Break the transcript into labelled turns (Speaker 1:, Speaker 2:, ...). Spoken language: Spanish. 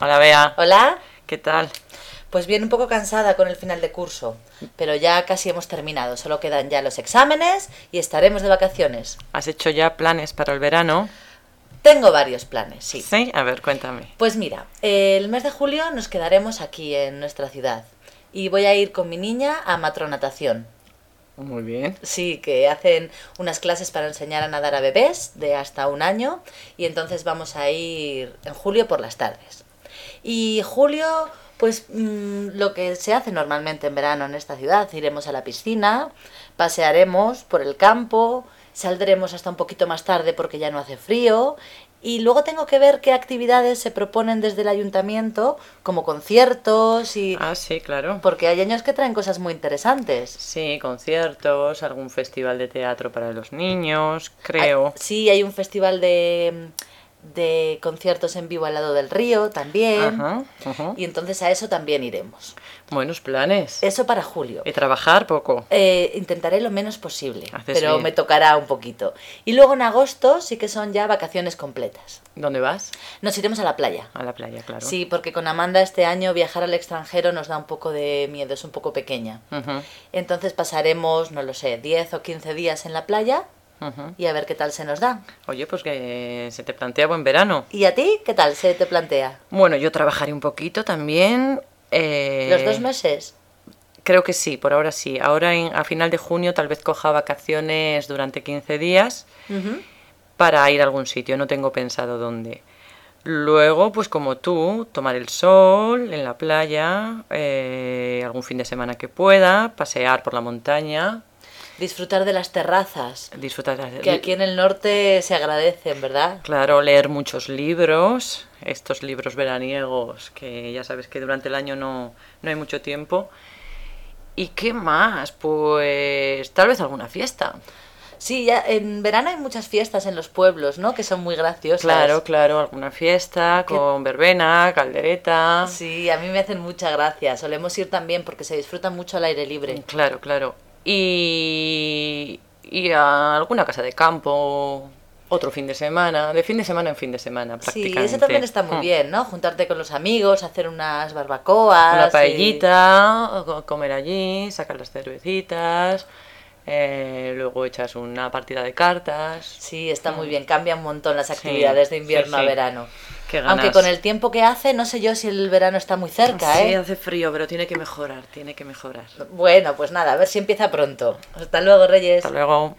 Speaker 1: Hola, Bea.
Speaker 2: Hola.
Speaker 1: ¿Qué tal?
Speaker 2: Pues bien, un poco cansada con el final de curso, pero ya casi hemos terminado. Solo quedan ya los exámenes y estaremos de vacaciones.
Speaker 1: ¿Has hecho ya planes para el verano?
Speaker 2: Tengo varios planes, sí.
Speaker 1: Sí, a ver, cuéntame.
Speaker 2: Pues mira, el mes de julio nos quedaremos aquí en nuestra ciudad y voy a ir con mi niña a matronatación.
Speaker 1: Muy bien.
Speaker 2: Sí, que hacen unas clases para enseñar a nadar a bebés de hasta un año y entonces vamos a ir en julio por las tardes. Y julio, pues mm, lo que se hace normalmente en verano en esta ciudad, iremos a la piscina, pasearemos por el campo, saldremos hasta un poquito más tarde porque ya no hace frío y luego tengo que ver qué actividades se proponen desde el ayuntamiento, como conciertos y...
Speaker 1: Ah, sí, claro.
Speaker 2: Porque hay años que traen cosas muy interesantes.
Speaker 1: Sí, conciertos, algún festival de teatro para los niños, creo.
Speaker 2: Hay- sí, hay un festival de, de conciertos en vivo al lado del río también.
Speaker 1: Ajá, ajá.
Speaker 2: Y entonces a eso también iremos.
Speaker 1: Buenos planes.
Speaker 2: Eso para julio.
Speaker 1: Y trabajar poco.
Speaker 2: Eh, intentaré lo menos posible,
Speaker 1: Haces
Speaker 2: pero
Speaker 1: bien.
Speaker 2: me tocará un poquito. Y luego en agosto sí que son ya vacaciones completas.
Speaker 1: ¿Dónde vas?
Speaker 2: Nos iremos a la playa.
Speaker 1: A la playa, claro.
Speaker 2: Sí, porque con Amanda este año viajar al extranjero nos da un poco de miedo, es un poco pequeña.
Speaker 1: Ujú,
Speaker 2: Entonces pasaremos, no lo sé, 10 o 15 días en la playa
Speaker 1: ujú.
Speaker 2: y a ver qué tal se nos da.
Speaker 1: Oye, pues que se te plantea buen verano.
Speaker 2: ¿Y a ti qué tal se te plantea?
Speaker 1: Bueno, yo trabajaré un poquito también. eh,
Speaker 2: ¿Los dos meses?
Speaker 1: Creo que sí, por ahora sí. Ahora en- a final de junio tal vez coja vacaciones durante 15 días
Speaker 2: Ujú.
Speaker 1: para ir a algún sitio, no tengo pensado dónde. Luego, pues como tú, tomar el sol en la playa, eh, algún fin de semana que pueda, pasear por la montaña,
Speaker 2: Disfrutar de las terrazas,
Speaker 1: disfrutar de...
Speaker 2: que aquí en el norte se agradecen, ¿verdad?
Speaker 1: Claro, leer muchos libros, estos libros veraniegos que ya sabes que durante el año no, no hay mucho tiempo. ¿Y qué más? Pues tal vez alguna fiesta.
Speaker 2: Sí, ya en verano hay muchas fiestas en los pueblos, ¿no? Que son muy graciosas.
Speaker 1: Claro, claro, alguna fiesta
Speaker 2: ¿Qué-
Speaker 1: con verbena, caldereta.
Speaker 2: Ah, Sí, a mí me hacen mucha gracia. Solemos ir también porque se disfruta mucho al aire libre.
Speaker 1: Claro, claro. Y, y a alguna casa de campo, otro fin de semana, de fin de semana en fin de semana
Speaker 2: Sí,
Speaker 1: prácticamente.
Speaker 2: eso también está muy
Speaker 1: Mm.
Speaker 2: bien, ¿no? Juntarte con los amigos, hacer unas barbacoas.
Speaker 1: Una
Speaker 2: y-
Speaker 1: paellita, o co- comer allí, sacar las cervecitas, eh, luego echas una partida de cartas.
Speaker 2: Sí, está muy bien. Cambia un montón las
Speaker 1: Mm. Sí,
Speaker 2: actividades de
Speaker 1: sí,
Speaker 2: invierno
Speaker 1: sí.
Speaker 2: a verano.
Speaker 1: Qué ganas.
Speaker 2: Aunque con el tiempo que hace, no sé yo si el verano está muy cerca,
Speaker 1: Sí,
Speaker 2: ¿eh?
Speaker 1: hace frío, pero tiene que mejorar, tiene que mejorar.
Speaker 2: Bueno, pues nada, a ver si empieza pronto. Hasta luego, Reyes.
Speaker 1: Hasta luego.